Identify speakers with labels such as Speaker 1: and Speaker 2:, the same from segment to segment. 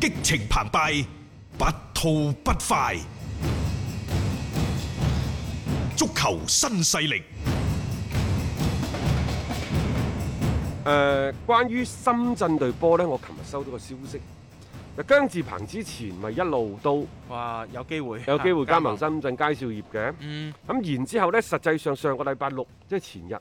Speaker 1: 激情澎湃，不吐不快。足球新勢力，
Speaker 2: 誒、呃關於深圳隊波呢，我琴日收到個消息，嗱姜志鵬之前咪一路都
Speaker 3: 哇，有機會，
Speaker 2: 有機會加盟深圳佳兆業嘅，咁、
Speaker 3: 嗯，
Speaker 2: 然之後呢，實際上上個禮拜六即係前日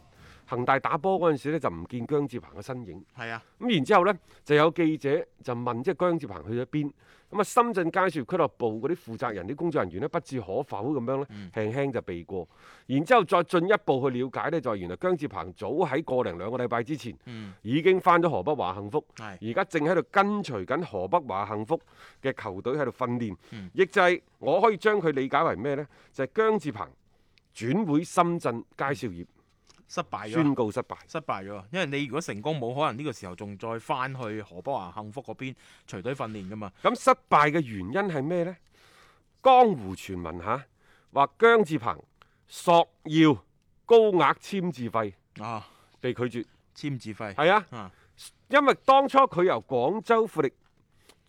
Speaker 2: 恒大打波嗰陣時呢，就唔見姜志鵬嘅身影，
Speaker 3: 係啊，
Speaker 2: 咁然之後呢，就有記者就問即係姜志鵬去咗邊，咁啊深圳佳兆業俱樂部嗰啲負責人、啲工作人員呢，不置可否咁樣呢，
Speaker 3: 嗯
Speaker 2: 輕輕就避過，然之後再進一步去了解呢，就係原來姜志鵬早喺個零兩個禮拜之前。
Speaker 3: 嗯，
Speaker 2: 已經翻咗河北華幸福，
Speaker 3: 係
Speaker 2: 而家正喺度跟隨緊河北華幸福嘅球隊喺度訓練
Speaker 3: 嗯，
Speaker 2: 亦、就係我可以將佢理解為咩呢？就係、姜志鵬轉會深圳佳兆業，
Speaker 3: 失敗咗
Speaker 2: 宣。告失敗。
Speaker 3: 失敗咗，因為你如果成功冇可能呢個時候仲再翻去河北華幸福嗰邊隨隊訓練噶嘛，
Speaker 2: 咁失敗嘅原因係咩呢？江湖傳聞嚇話姜志鵬索要高額簽字費
Speaker 3: 啊，
Speaker 2: 被拒絕，
Speaker 3: 簽字費
Speaker 2: 係啊，
Speaker 3: 啊，
Speaker 2: 因為當初佢由廣州富力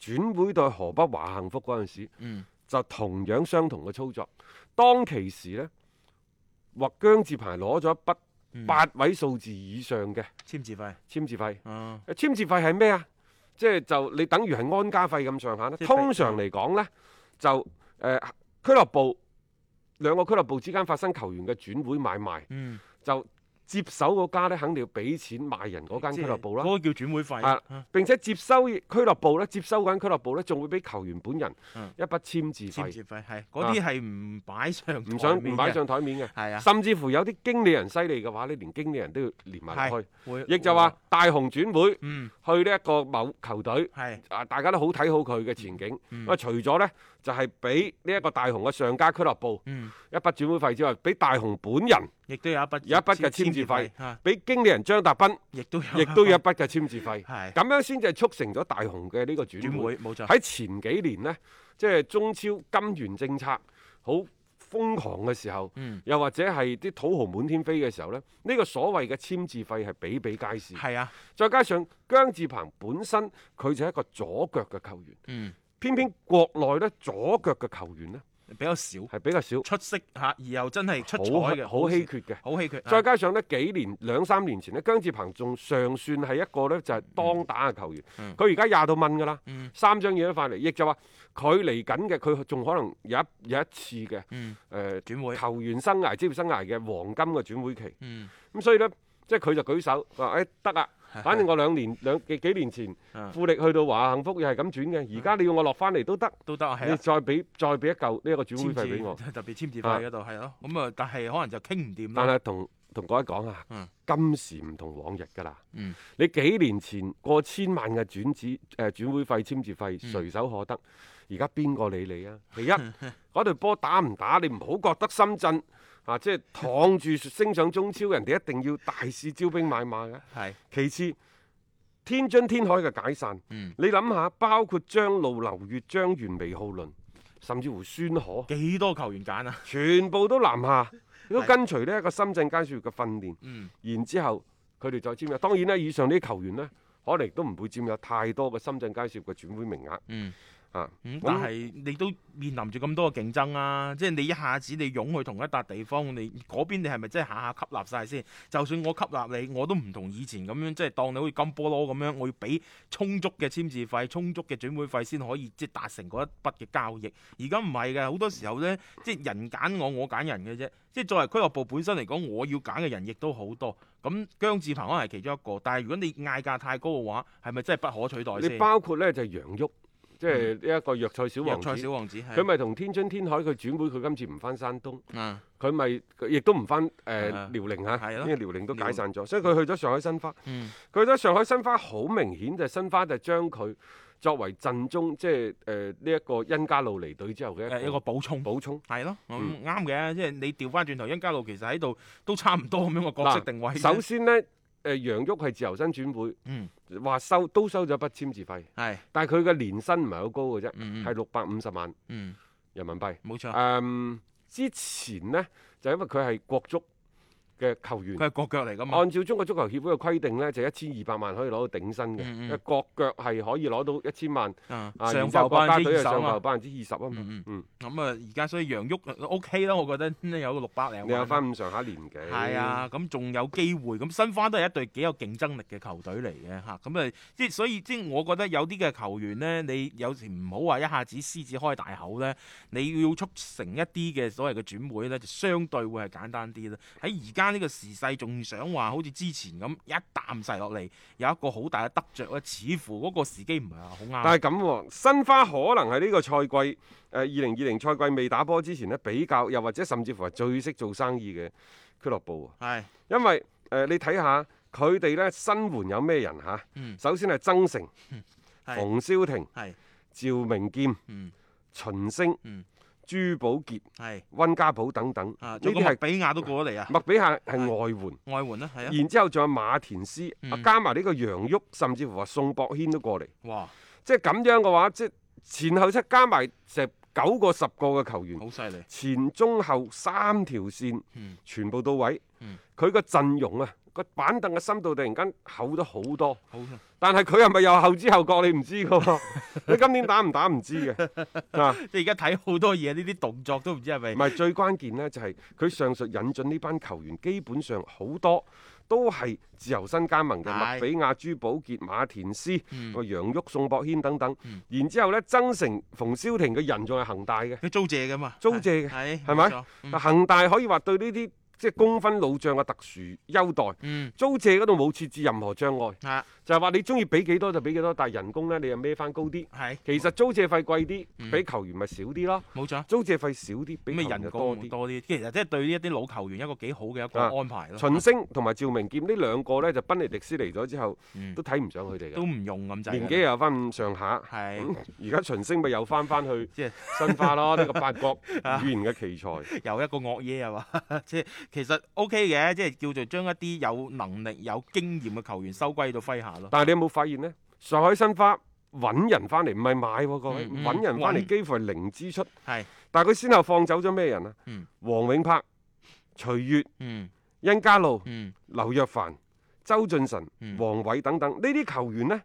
Speaker 2: 轉會到河北華幸福嗰陣時。
Speaker 3: 嗯，
Speaker 2: 就同樣相同嘅操作。當其時呢，話姜志鵬攞咗一筆
Speaker 3: 嗯
Speaker 2: 八位數字以上嘅
Speaker 3: 簽字費，
Speaker 2: 簽字費。
Speaker 3: 啊，
Speaker 2: 誒簽字費係咩啊？即係就你等於係安家費咁上下啦。
Speaker 3: 即係
Speaker 2: 通常嚟講呢，就誒、呃、俱樂部兩個俱樂部之間發生球員嘅轉會買賣，
Speaker 3: 嗯，
Speaker 2: 就接手嗰家呢，肯定要俾錢買人嗰間
Speaker 3: 即
Speaker 2: 俱
Speaker 3: 係
Speaker 2: 樂部啦。
Speaker 3: 嗰個叫轉會費
Speaker 2: 啊
Speaker 3: 啊，
Speaker 2: 並且接收俱樂部呢，接收嗰間俱樂部呢，仲會俾球員本人
Speaker 3: 嗯
Speaker 2: 一筆簽字費
Speaker 3: 簽。字費係嗰啲係唔擺上
Speaker 2: 啊唔想
Speaker 3: 台面
Speaker 2: 唔擺
Speaker 3: 嘅
Speaker 2: 上台面嘅，
Speaker 3: 係啊，
Speaker 2: 甚至乎有啲經理人犀利嘅話咧，連經理人都要連埋落去，
Speaker 3: 會
Speaker 2: 亦就話大雄轉會
Speaker 3: 哦嗯
Speaker 2: 去呢一個某球隊。
Speaker 3: 係
Speaker 2: 啊！大家都好睇好佢嘅前景。咁啊、
Speaker 3: 嗯
Speaker 2: 除咗呢，就係俾呢一個大雄嘅上家俱樂部
Speaker 3: 嗯，
Speaker 2: 一筆轉會費之外，俾大雄本人，
Speaker 3: 亦都有一筆
Speaker 2: 有一筆嘅簽字費
Speaker 3: 啊，
Speaker 2: 俾經理人張達斌，
Speaker 3: 亦都有
Speaker 2: 亦都有一筆嘅簽字費。
Speaker 3: 係
Speaker 2: 咁樣先至係促成咗大雄嘅呢個轉
Speaker 3: 轉
Speaker 2: 會。
Speaker 3: 會冇錯，
Speaker 2: 喺前幾年呢，即係中超金元政策好瘋狂嘅時候，
Speaker 3: 嗯
Speaker 2: 又或者係啲土豪滿天飛嘅時候呢，呢、個所謂嘅簽字費係比比皆是。
Speaker 3: 係啊，
Speaker 2: 再加上姜志鵬本身佢就係一個左腳嘅球員，
Speaker 3: 嗯
Speaker 2: 偏偏國內呢左腳嘅球員呢
Speaker 3: 比較少
Speaker 2: 係比較少，
Speaker 3: 出色嚇，而又真係出彩
Speaker 2: 好
Speaker 3: 嘅，
Speaker 2: 好稀缺嘅。
Speaker 3: 好稀缺。
Speaker 2: 再
Speaker 3: 啊
Speaker 2: 加上呢幾年兩三年前呢，姜志鵬仲尚算係一個呢就係當打嘅球員
Speaker 3: 嗯，
Speaker 2: 佢而家廿到蚊㗎啦。
Speaker 3: 嗯
Speaker 2: 三張嘢都翻嚟，亦就話佢嚟緊嘅，佢仲可能有一有一次嘅誒、
Speaker 3: 嗯
Speaker 2: 呃
Speaker 3: 轉會
Speaker 2: 球員生涯、職業生涯嘅黃金嘅轉會期。
Speaker 3: 嗯
Speaker 2: 咁所以呢，即係佢就舉手話：，誒得 啦，反正我兩年兩幾幾年前
Speaker 3: 啊
Speaker 2: 富力去到華夏幸福又係咁轉嘅，而家你要我落翻嚟都得，
Speaker 3: 都得啊，係
Speaker 2: 你
Speaker 3: 啊。
Speaker 2: 再俾再俾一嚿呢一個轉會
Speaker 3: 簽字嗯
Speaker 2: 費俾我。
Speaker 3: 特別簽字費嗰度係咯，咁啊，但係可能就傾唔掂
Speaker 2: 但
Speaker 3: 啦。
Speaker 2: 係同同各位講啊
Speaker 3: 嗯，
Speaker 2: 今時唔同往日㗎啦。
Speaker 3: 嗯
Speaker 2: 你幾年前過千萬嘅轉子誒、呃、轉會費、簽字費
Speaker 3: 嗯
Speaker 2: 隨手可得，而家邊個理你啊？ 第一，嗰隊波打唔打，你唔好覺得深圳啊，即係躺住升上中超，人哋一定要大肆招兵買馬嘅。
Speaker 3: 係
Speaker 2: 其次，天津天海嘅解散，
Speaker 3: 嗯
Speaker 2: 你諗下，包括張路、劉月、張元、微浩倫，甚至乎孫可。
Speaker 3: 幾多球員揀啊？
Speaker 2: 全部都南下，都
Speaker 3: 係
Speaker 2: 跟隨呢一個深圳佳兆業嘅訓練，
Speaker 3: 嗯
Speaker 2: 然之後佢哋再簽約。當然啦，以上呢啲球員呢，可能亦都唔會佔有太多嘅深圳佳兆業嘅轉會名額
Speaker 3: 嗯。
Speaker 2: 啊。
Speaker 3: 咁
Speaker 2: 咁
Speaker 3: 但係你都面臨住咁多嘅競爭啊，即係你一下子你湧去同一笪地方，你嗰邊你係咪真係下下吸納晒先？就算我吸納你，我都唔同以前咁樣，即係當你好似金菠蘿咁樣，我要俾充足嘅簽字費、充足嘅轉會費先可以即係達成嗰一筆嘅交易。而家唔係嘅，好多時候呢，即係人揀我，我揀人嘅啫。即係作為俱樂部本身嚟講，我要揀嘅人亦都好多。咁姜志鵬可能係其中一個，但係如果你嗌價太高嘅話，係咪真係不可取代
Speaker 2: 你
Speaker 3: 先？
Speaker 2: 包括呢就係楊旭，即係呢一個藥菜小
Speaker 3: 藥
Speaker 2: 王
Speaker 3: 菜
Speaker 2: 子
Speaker 3: 小，王子係
Speaker 2: 佢咪同天津天海佢轉會，佢今次唔翻山東，
Speaker 3: 啊
Speaker 2: 佢咪佢亦都唔翻誒
Speaker 3: 係啊
Speaker 2: 遼寧嚇，
Speaker 3: 係
Speaker 2: 因
Speaker 3: 咯
Speaker 2: 為遼寧都
Speaker 3: 遼
Speaker 2: 解散咗，所以佢去咗上海申花。
Speaker 3: 嗯
Speaker 2: 佢覺得上海申花好明顯就係申花就將佢作為陣中即係誒呢一個恩加路離隊之後嘅
Speaker 3: 誒一個補充，
Speaker 2: 補充。
Speaker 3: 係咯，咁
Speaker 2: 嗯
Speaker 3: 啱嘅，即係你調翻轉頭，殷家路其實喺度都差唔多咁樣嘅角色
Speaker 2: 嗱
Speaker 3: 定位啫。
Speaker 2: 首先呢，誒、呃楊旭係自由身轉會，
Speaker 3: 嗯
Speaker 2: 話收都收咗筆簽字費，
Speaker 3: 係
Speaker 2: 但係佢嘅年薪唔係好高嘅啫，
Speaker 3: 嗯啊
Speaker 2: 係六百五十萬
Speaker 3: 嗯
Speaker 2: 人民幣。誒、嗯
Speaker 3: 冇錯，
Speaker 2: 之前呢，就因為佢係國足嘅球員。
Speaker 3: 佢係國腳嚟噶嘛？
Speaker 2: 按照中國足球協會嘅規定呢，就一千二百萬可以攞到頂薪嘅，
Speaker 3: 嗯嗯
Speaker 2: 因為國腳係可以攞到一千萬。
Speaker 3: 啊
Speaker 2: 啊，
Speaker 3: 上
Speaker 2: 然之後
Speaker 3: 浮
Speaker 2: 國
Speaker 3: 百
Speaker 2: 家
Speaker 3: 分之
Speaker 2: 隊就
Speaker 3: 二十啊
Speaker 2: 上
Speaker 3: 嘛
Speaker 2: 浮。百分之二十啊嘛。
Speaker 3: 嗯
Speaker 2: 嗯，
Speaker 3: 咁啊，而家所以楊旭呃 OK 啦，我覺得嗯有個六百零。
Speaker 2: 你有翻咁上下年紀。
Speaker 3: 係啊，咁仲有機會，咁申花都係一隊幾有競爭力嘅球隊嚟嘅嚇，咁啊，即係所以即係我覺得有啲嘅球員呢，你有時唔好話一下子獅子開大口呢，你要促成一啲嘅所謂嘅轉會呢，就相對會係簡單啲啦。喺而家呢個時勢，仲想話好似之前咁一啖噬落嚟，有一個好大嘅得着咧，似乎嗰個時機唔係話好啱。
Speaker 2: 但係咁喎，申花可能係呢個賽季誒二零二零賽季未打波之前呢，比較又或者甚至乎係最識做生意嘅俱樂部啊，
Speaker 3: 係
Speaker 2: 因為誒、呃你睇下佢哋呢，新援有咩人嚇？
Speaker 3: 嗯
Speaker 2: 首先係曾誠、馮
Speaker 3: 係
Speaker 2: 瀟霆、
Speaker 3: 係
Speaker 2: 趙明劍、
Speaker 3: 嗯
Speaker 2: 秦升、
Speaker 3: 嗯
Speaker 2: 朱寶傑、
Speaker 3: 係
Speaker 2: 温家寶等等，
Speaker 3: 啊，
Speaker 2: 呢
Speaker 3: 仲
Speaker 2: 啲
Speaker 3: 有個麥
Speaker 2: 係
Speaker 3: 比亞都過咗嚟啊，
Speaker 2: 麥比亞係外援。
Speaker 3: 外援啦，係啊，
Speaker 2: 然之後仲有馬田斯，啊
Speaker 3: 嗯
Speaker 2: 加埋呢個楊旭，甚至乎話宋博軒都過嚟。
Speaker 3: 哇，
Speaker 2: 即係咁樣嘅話，即係前後七加埋成九個十個嘅球員，
Speaker 3: 好犀利，
Speaker 2: 前中後三條線
Speaker 3: 嗯
Speaker 2: 全部到位
Speaker 3: 嗯。
Speaker 2: 佢個陣容啊，個板凳嘅深度突然間厚咗好多。
Speaker 3: 好啊。
Speaker 2: 但係佢係咪又後知後覺？你唔知嘅 喎。你今年打唔打唔知嘅啊？
Speaker 3: 即係而家睇好多嘢，呢啲動作都唔知係
Speaker 2: 唔
Speaker 3: 咪？
Speaker 2: 係最關鍵呢，就係佢上述引進呢班球員，基本上好多都係自由身加盟嘅，
Speaker 3: 係
Speaker 2: 麥比亞、朱寶傑、馬田斯、
Speaker 3: 嗯
Speaker 2: 個楊旭、宋博軒等等
Speaker 3: 嗯。
Speaker 2: 然之後呢，曾誠、馮瀟霆嘅人仲係恒大嘅，
Speaker 3: 佢租借噶嘛？
Speaker 2: 租借嘅
Speaker 3: 係
Speaker 2: 係咪？
Speaker 3: 冇錯嗯
Speaker 2: 但恒大可以話對呢啲即係功勳老將嘅特殊優待。
Speaker 3: 嗯，
Speaker 2: 租借嗰度冇設置任何障礙，
Speaker 3: 啊
Speaker 2: 就係話你中意俾幾多就俾幾多，但係人工呢，你又孭翻高啲。
Speaker 3: 係，
Speaker 2: 其實租借費貴啲，
Speaker 3: 嗯
Speaker 2: 俾球員咪少啲咯；
Speaker 3: 冇錯。
Speaker 2: 租借費少啲，俾球
Speaker 3: 咁啊，
Speaker 2: 員
Speaker 3: 人
Speaker 2: 就多
Speaker 3: 工
Speaker 2: 啲
Speaker 3: 會。多啲，其實即係對呢一啲老球員一個幾好嘅一個
Speaker 2: 啊
Speaker 3: 安排咯。
Speaker 2: 秦星同埋趙明劍呢兩個呢，就賓尼迪斯嚟咗之後
Speaker 3: 嗯
Speaker 2: 都睇唔上佢哋
Speaker 3: 都
Speaker 2: 嘅，
Speaker 3: 唔用咁滯㗎啦。
Speaker 2: 年紀又有翻咁上下。
Speaker 3: 係
Speaker 2: 咁而家秦星咪又翻翻去
Speaker 3: 即係
Speaker 2: 申花 咯，呢個八國
Speaker 3: 啊
Speaker 2: 語言嘅奇才。
Speaker 3: 有一個惡嘢係嘛？ 即係其實 OK 嘅，即係叫做將一啲有能力、有經驗嘅球員收歸到麾下咯。
Speaker 2: 但係你有冇發現呢？上海申花揾人翻嚟唔係買喎，各位
Speaker 3: 嗯嗯
Speaker 2: 揾人翻嚟
Speaker 3: 揾
Speaker 2: 幾乎係零支出。
Speaker 3: 係，
Speaker 2: 但係佢先後放走咗咩人啊
Speaker 3: 嗯？
Speaker 2: 黃永柏、徐悦、
Speaker 3: 嗯
Speaker 2: 殷家路、
Speaker 3: 嗯
Speaker 2: 劉若凡、周俊辰、
Speaker 3: 嗯，
Speaker 2: 黃偉等等呢啲球員呢，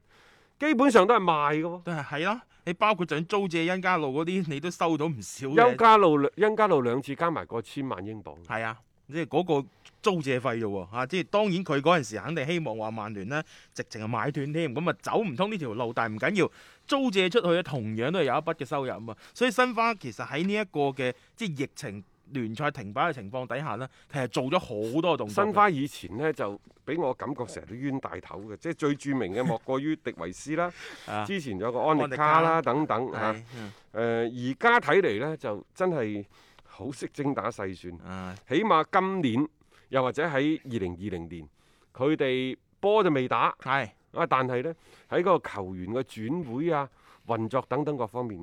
Speaker 2: 基本上都係賣嘅喎。
Speaker 3: 都係係啦。你包括就算租借恩加路嗰啲，你都收到唔少
Speaker 2: 邱
Speaker 3: 嘅。
Speaker 2: 家路兩殷家路兩次加埋過千萬英鎊，
Speaker 3: 係啊，即係嗰個租借費啫喎嚇，即係當然佢嗰陣時肯定希望話曼聯呢直情係買斷添，咁啊走唔通呢條路，但係唔緊要，租借出去咧同樣都係有一筆嘅收入啊嘛，所以申花其實喺呢一個嘅即係疫情聯賽停擺嘅情況底下呢，其實做咗好多動作嘅。
Speaker 2: 申花以前呢，就俾我感覺成日都冤大頭嘅，即係最著名嘅莫過於迪維斯啦，
Speaker 3: 啊
Speaker 2: 之啊前仲有個安
Speaker 3: 安力
Speaker 2: 力
Speaker 3: 卡
Speaker 2: 卡
Speaker 3: 啦
Speaker 2: 啦等等嚇。誒
Speaker 3: 係嗯
Speaker 2: 而家睇嚟呢，就真係好識精打細算，
Speaker 3: 啊
Speaker 2: 起碼今年又或者喺二零二零年，佢哋波就未打
Speaker 3: 係
Speaker 2: 啊，但係呢，喺嗰個球員嘅轉會啊、運作等等各方面，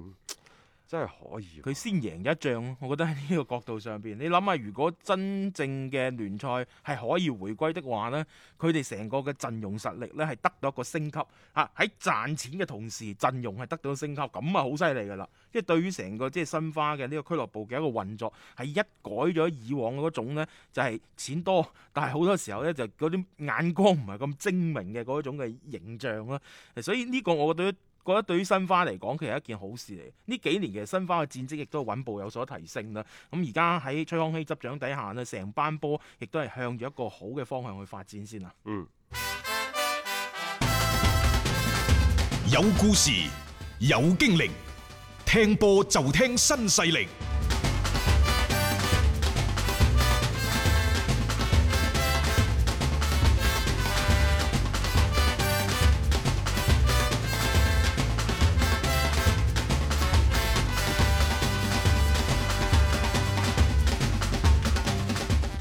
Speaker 2: 真係可以啊喎。
Speaker 3: 佢先贏一仗咯，我覺得喺呢個角度上邊，你諗下，如果真正嘅聯賽係可以回歸的話呢，佢哋成個嘅陣容實力呢係得到一個升級啊！喺賺錢嘅同時，陣容係得到升級，咁啊好犀利㗎啦！即係對於成個即係申花嘅呢個俱樂部嘅一個運作，係一改咗以往嗰種呢，就係、錢多，但係好多時候呢，就嗰啲眼光唔係咁精明嘅嗰種嘅形象啊啦。所以呢個我覺得。覺得對於申花嚟講，其實係一件好事嚟。呢幾年其實申花嘅戰績亦都穩步有所提升啦。咁而家喺崔康熙執掌底下呢，成班波亦都係向住一個好嘅方向去發展先啦。
Speaker 2: 嗯。
Speaker 1: 有故事，有經歷，聽波就聽新勢力。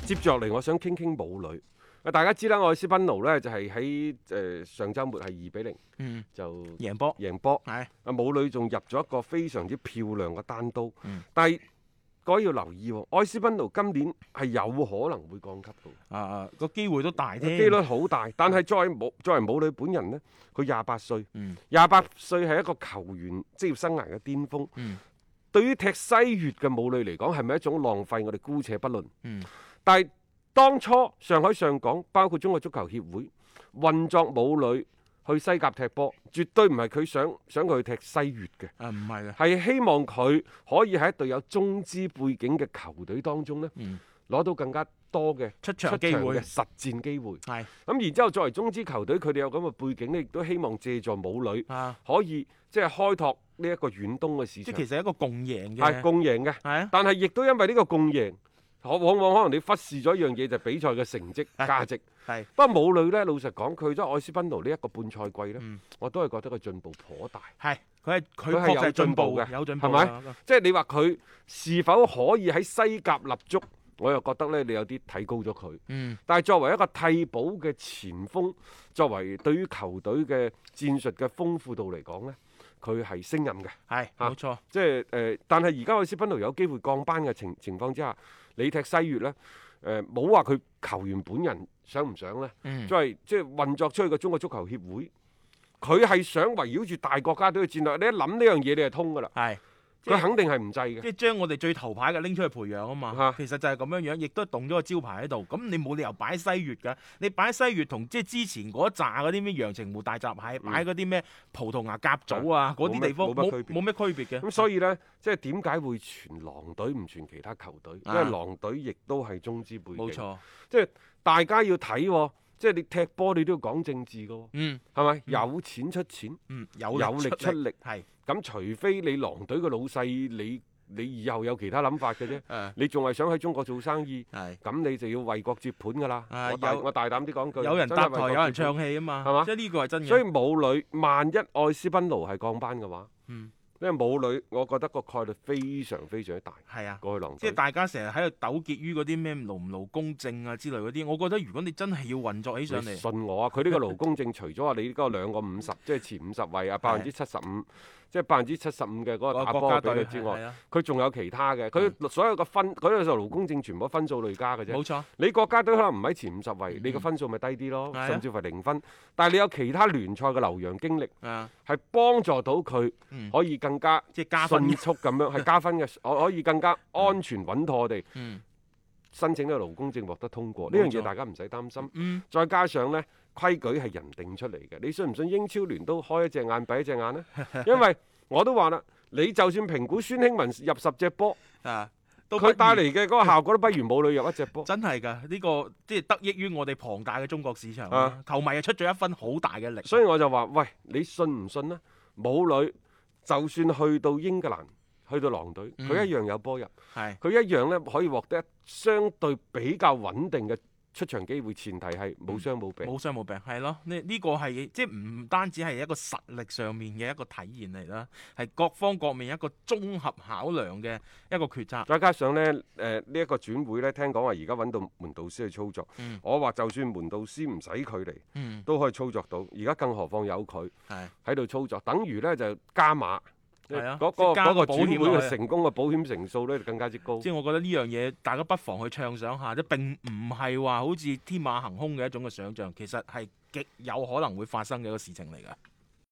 Speaker 2: 接住落嚟，我想傾傾母女。啊，大家知啦，愛斯賓奴呢就係喺誒上週末係二比零
Speaker 3: 嗯，
Speaker 2: 就
Speaker 3: 贏波
Speaker 2: 贏波。
Speaker 3: 係
Speaker 2: 啊，母女仲入咗一個非常之漂亮嘅單刀。
Speaker 3: 嗯
Speaker 2: 但係各位要留意喎，愛斯賓奴今年係有可能會降級嘅，
Speaker 3: 啊個機會都大添，
Speaker 2: 機率好大。但係作為母作為母女本人呢，佢廿八歲，
Speaker 3: 嗯
Speaker 2: 廿八歲係一個球員職業生涯嘅巔峰。
Speaker 3: 嗯
Speaker 2: 對於踢西乙嘅母女嚟講，係咪一種浪費？我哋姑且不論。
Speaker 3: 嗯
Speaker 2: 但係當初上海上港包括中國足球協會運作母女去西甲踢波，絕對唔係佢想想佢去踢西乙嘅。
Speaker 3: 啊，唔係嘅，
Speaker 2: 係希望佢可以喺一隊有中資背景嘅球隊當中呢，
Speaker 3: 嗯
Speaker 2: 攞到更加多嘅
Speaker 3: 出
Speaker 2: 出
Speaker 3: 場機
Speaker 2: 場
Speaker 3: 會
Speaker 2: 嘅實戰機會。
Speaker 3: 係
Speaker 2: 咁然之後，作為中資球隊，佢哋有咁嘅背景呢，亦都希望借助母女
Speaker 3: 啊，
Speaker 2: 可以即係開拓呢一個遠東嘅市
Speaker 3: 即
Speaker 2: 場，
Speaker 3: 係其實係一個共贏
Speaker 2: 係
Speaker 3: 嘅，
Speaker 2: 共贏嘅。
Speaker 3: 係啊，
Speaker 2: 但係亦都因為呢個共贏，可往往可能你忽視咗一樣嘢，就係比賽嘅成績
Speaker 3: 係
Speaker 2: 價值。
Speaker 3: 係
Speaker 2: 不過母女呢，老實講，佢咗愛斯賓奴呢一個半賽季呢，
Speaker 3: 嗯
Speaker 2: 我都係覺得佢進步頗大。
Speaker 3: 係佢係佢
Speaker 2: 佢係
Speaker 3: 確
Speaker 2: 有
Speaker 3: 實係進
Speaker 2: 進步
Speaker 3: 步
Speaker 2: 嘅
Speaker 3: 嘅，有進步
Speaker 2: 係
Speaker 3: 啊
Speaker 2: 即係你話佢是否可以喺西甲立足，我又覺得呢，你有啲睇高咗佢。
Speaker 3: 嗯
Speaker 2: 但係作為一個替補嘅前鋒，作為對於球隊嘅戰術嘅豐富度嚟講呢，佢係升任嘅。
Speaker 3: 係
Speaker 2: 啊
Speaker 3: 冇錯，
Speaker 2: 即係誒、呃但係而家愛斯賓奴有機會降班嘅情情況之下，你踢西乙呢，誒冇話佢球員本人想唔想呢？
Speaker 3: 嗯
Speaker 2: 即係即係運作出去嘅中國足球協會，佢係想圍繞住大國家隊嘅戰略。你一諗呢樣嘢，你就通㗎啦。
Speaker 3: 係。即
Speaker 2: 佢
Speaker 3: 係
Speaker 2: 肯定係唔制嘅。
Speaker 3: 即係將我哋最頭牌嘅拎出去培養啊嘛
Speaker 2: 嚇，
Speaker 3: 其實就係咁樣樣，亦都動咗個招牌喺度。咁你冇理由擺西月㗎，你擺西月同即係之前嗰一紮嗰啲咩陽澄湖大閘蟹，擺嗰啲咩葡萄牙甲組啊
Speaker 2: 嗯
Speaker 3: 嗰
Speaker 2: 冇
Speaker 3: 啲
Speaker 2: 乜
Speaker 3: 地方
Speaker 2: 冇乜
Speaker 3: 冇
Speaker 2: 區別
Speaker 3: 冇咩區別嘅。
Speaker 2: 咁所以呢，即係點解會傳狼隊唔傳其他球隊？因為
Speaker 3: 啊
Speaker 2: 狼隊亦都係中資背景，
Speaker 3: 嗯冇錯，
Speaker 2: 即係大家要睇喎、即係你踢波你都要講政治嘅喎、
Speaker 3: 嗯
Speaker 2: 係咪？
Speaker 3: 嗯
Speaker 2: 有錢出錢，
Speaker 3: 嗯，有
Speaker 2: 有力出力
Speaker 3: 係
Speaker 2: 咁除非你狼隊嘅老細，你你以後有其他諗法嘅啫，
Speaker 3: 誒
Speaker 2: 你仲係想喺中國做生意，
Speaker 3: 係
Speaker 2: 咁你就要為國接盤㗎啦。
Speaker 3: 啊
Speaker 2: 我大
Speaker 3: 有
Speaker 2: 我大膽啲講句，
Speaker 3: 有人
Speaker 2: 真係
Speaker 3: 搭
Speaker 2: 為
Speaker 3: 台，
Speaker 2: 國
Speaker 3: 有人
Speaker 2: 接盤
Speaker 3: 唱戲啊嘛，
Speaker 2: 係嘛
Speaker 3: 即係呢個係真嘅。
Speaker 2: 所以母女萬一愛斯賓奴係降班嘅話，
Speaker 3: 嗯
Speaker 2: 因為母女我覺得個概率非常非常之大。
Speaker 3: 係啊。
Speaker 2: 過去狼
Speaker 3: 即
Speaker 2: 隊
Speaker 3: 係大家成日喺度糾結於嗰啲咩勞唔勞工證啊之類嗰啲，我覺得如果你真係要運作起上
Speaker 2: 你
Speaker 3: 嚟，
Speaker 2: 信我啊！佢呢個勞工證除咗話你嗰兩個五十，即係前五十 位啊，百分之七十五，即係百分之七十五嘅嗰個打
Speaker 3: 個國
Speaker 2: 波
Speaker 3: 家
Speaker 2: 俾
Speaker 3: 隊
Speaker 2: 佢之
Speaker 3: 係係
Speaker 2: 外，
Speaker 3: 啊，
Speaker 2: 佢仲有其他嘅。佢所有嘅分，佢呢個勞工證全部分數累加嘅啫。
Speaker 3: 嗯冇錯，
Speaker 2: 你國家隊可能唔喺前五十位，你個分數咪低啲咯
Speaker 3: 係，啊
Speaker 2: 甚至乎係零分。但係你有其他聯賽嘅留洋經歷，
Speaker 3: 啊，
Speaker 2: 係幫助到佢
Speaker 3: 嗯
Speaker 2: 可以更加
Speaker 3: 即係加分
Speaker 2: 迅
Speaker 3: 嘅，
Speaker 2: 速咁 樣係加分嘅，可可以更加安全穩妥地
Speaker 3: 嗯
Speaker 2: 申請呢個勞工證獲得通過。
Speaker 3: 冇
Speaker 2: 呢樣嘢
Speaker 3: 錯
Speaker 2: 大家唔使擔心。
Speaker 3: 嗯，
Speaker 2: 再加上呢規矩係人定出嚟嘅，你信唔信英超聯都開一隻眼閉一隻 眼呢？因為我都話啦，你就算評估孫興文入十隻波，
Speaker 3: 啊，都不
Speaker 2: 佢帶
Speaker 3: 如
Speaker 2: 嚟嘅嗰個效果都不如母女入一隻波。
Speaker 3: 真係㗎，呢、個即係得益於我哋龐大嘅中國市場啦
Speaker 2: 啊
Speaker 3: 球迷啊出咗一分好大嘅力，
Speaker 2: 所以我就話：喂，你信唔信呢？母女就算去到英格蘭，去到狼隊，
Speaker 3: 嗯
Speaker 2: 佢一樣有波入，
Speaker 3: 係
Speaker 2: 佢一樣呢可以獲得相對比較穩定嘅出場機會，前提係冇傷冇病。
Speaker 3: 冇傷冇病，係咯，呢呢、個係即係唔單止係一個實力上面嘅一個體現嚟啦，係各方各面一個綜合考量嘅一個決策，
Speaker 2: 再加上呢，誒呢一個轉會呢，聽講話而家揾到門導師去操作。
Speaker 3: 嗯
Speaker 2: 我話就算門導師唔使佢嚟，
Speaker 3: 嗯，
Speaker 2: 都可以操作到。而家更何況有佢
Speaker 3: 係
Speaker 2: 喺度操作，等於呢就加碼。
Speaker 3: 係啊
Speaker 2: 嗰個
Speaker 3: 即係加
Speaker 2: 嗰個
Speaker 3: 個保
Speaker 2: 轉
Speaker 3: 險
Speaker 2: 會
Speaker 3: 落
Speaker 2: 嘅
Speaker 3: 去啊
Speaker 2: 成功嘅保險成數呢，就更加之高。
Speaker 3: 即係我覺得呢樣嘢，大家不妨去暢想下，即係並唔係話好似天馬行空嘅一種嘅想像，其實係極有可能會發生嘅一個事情嚟㗎。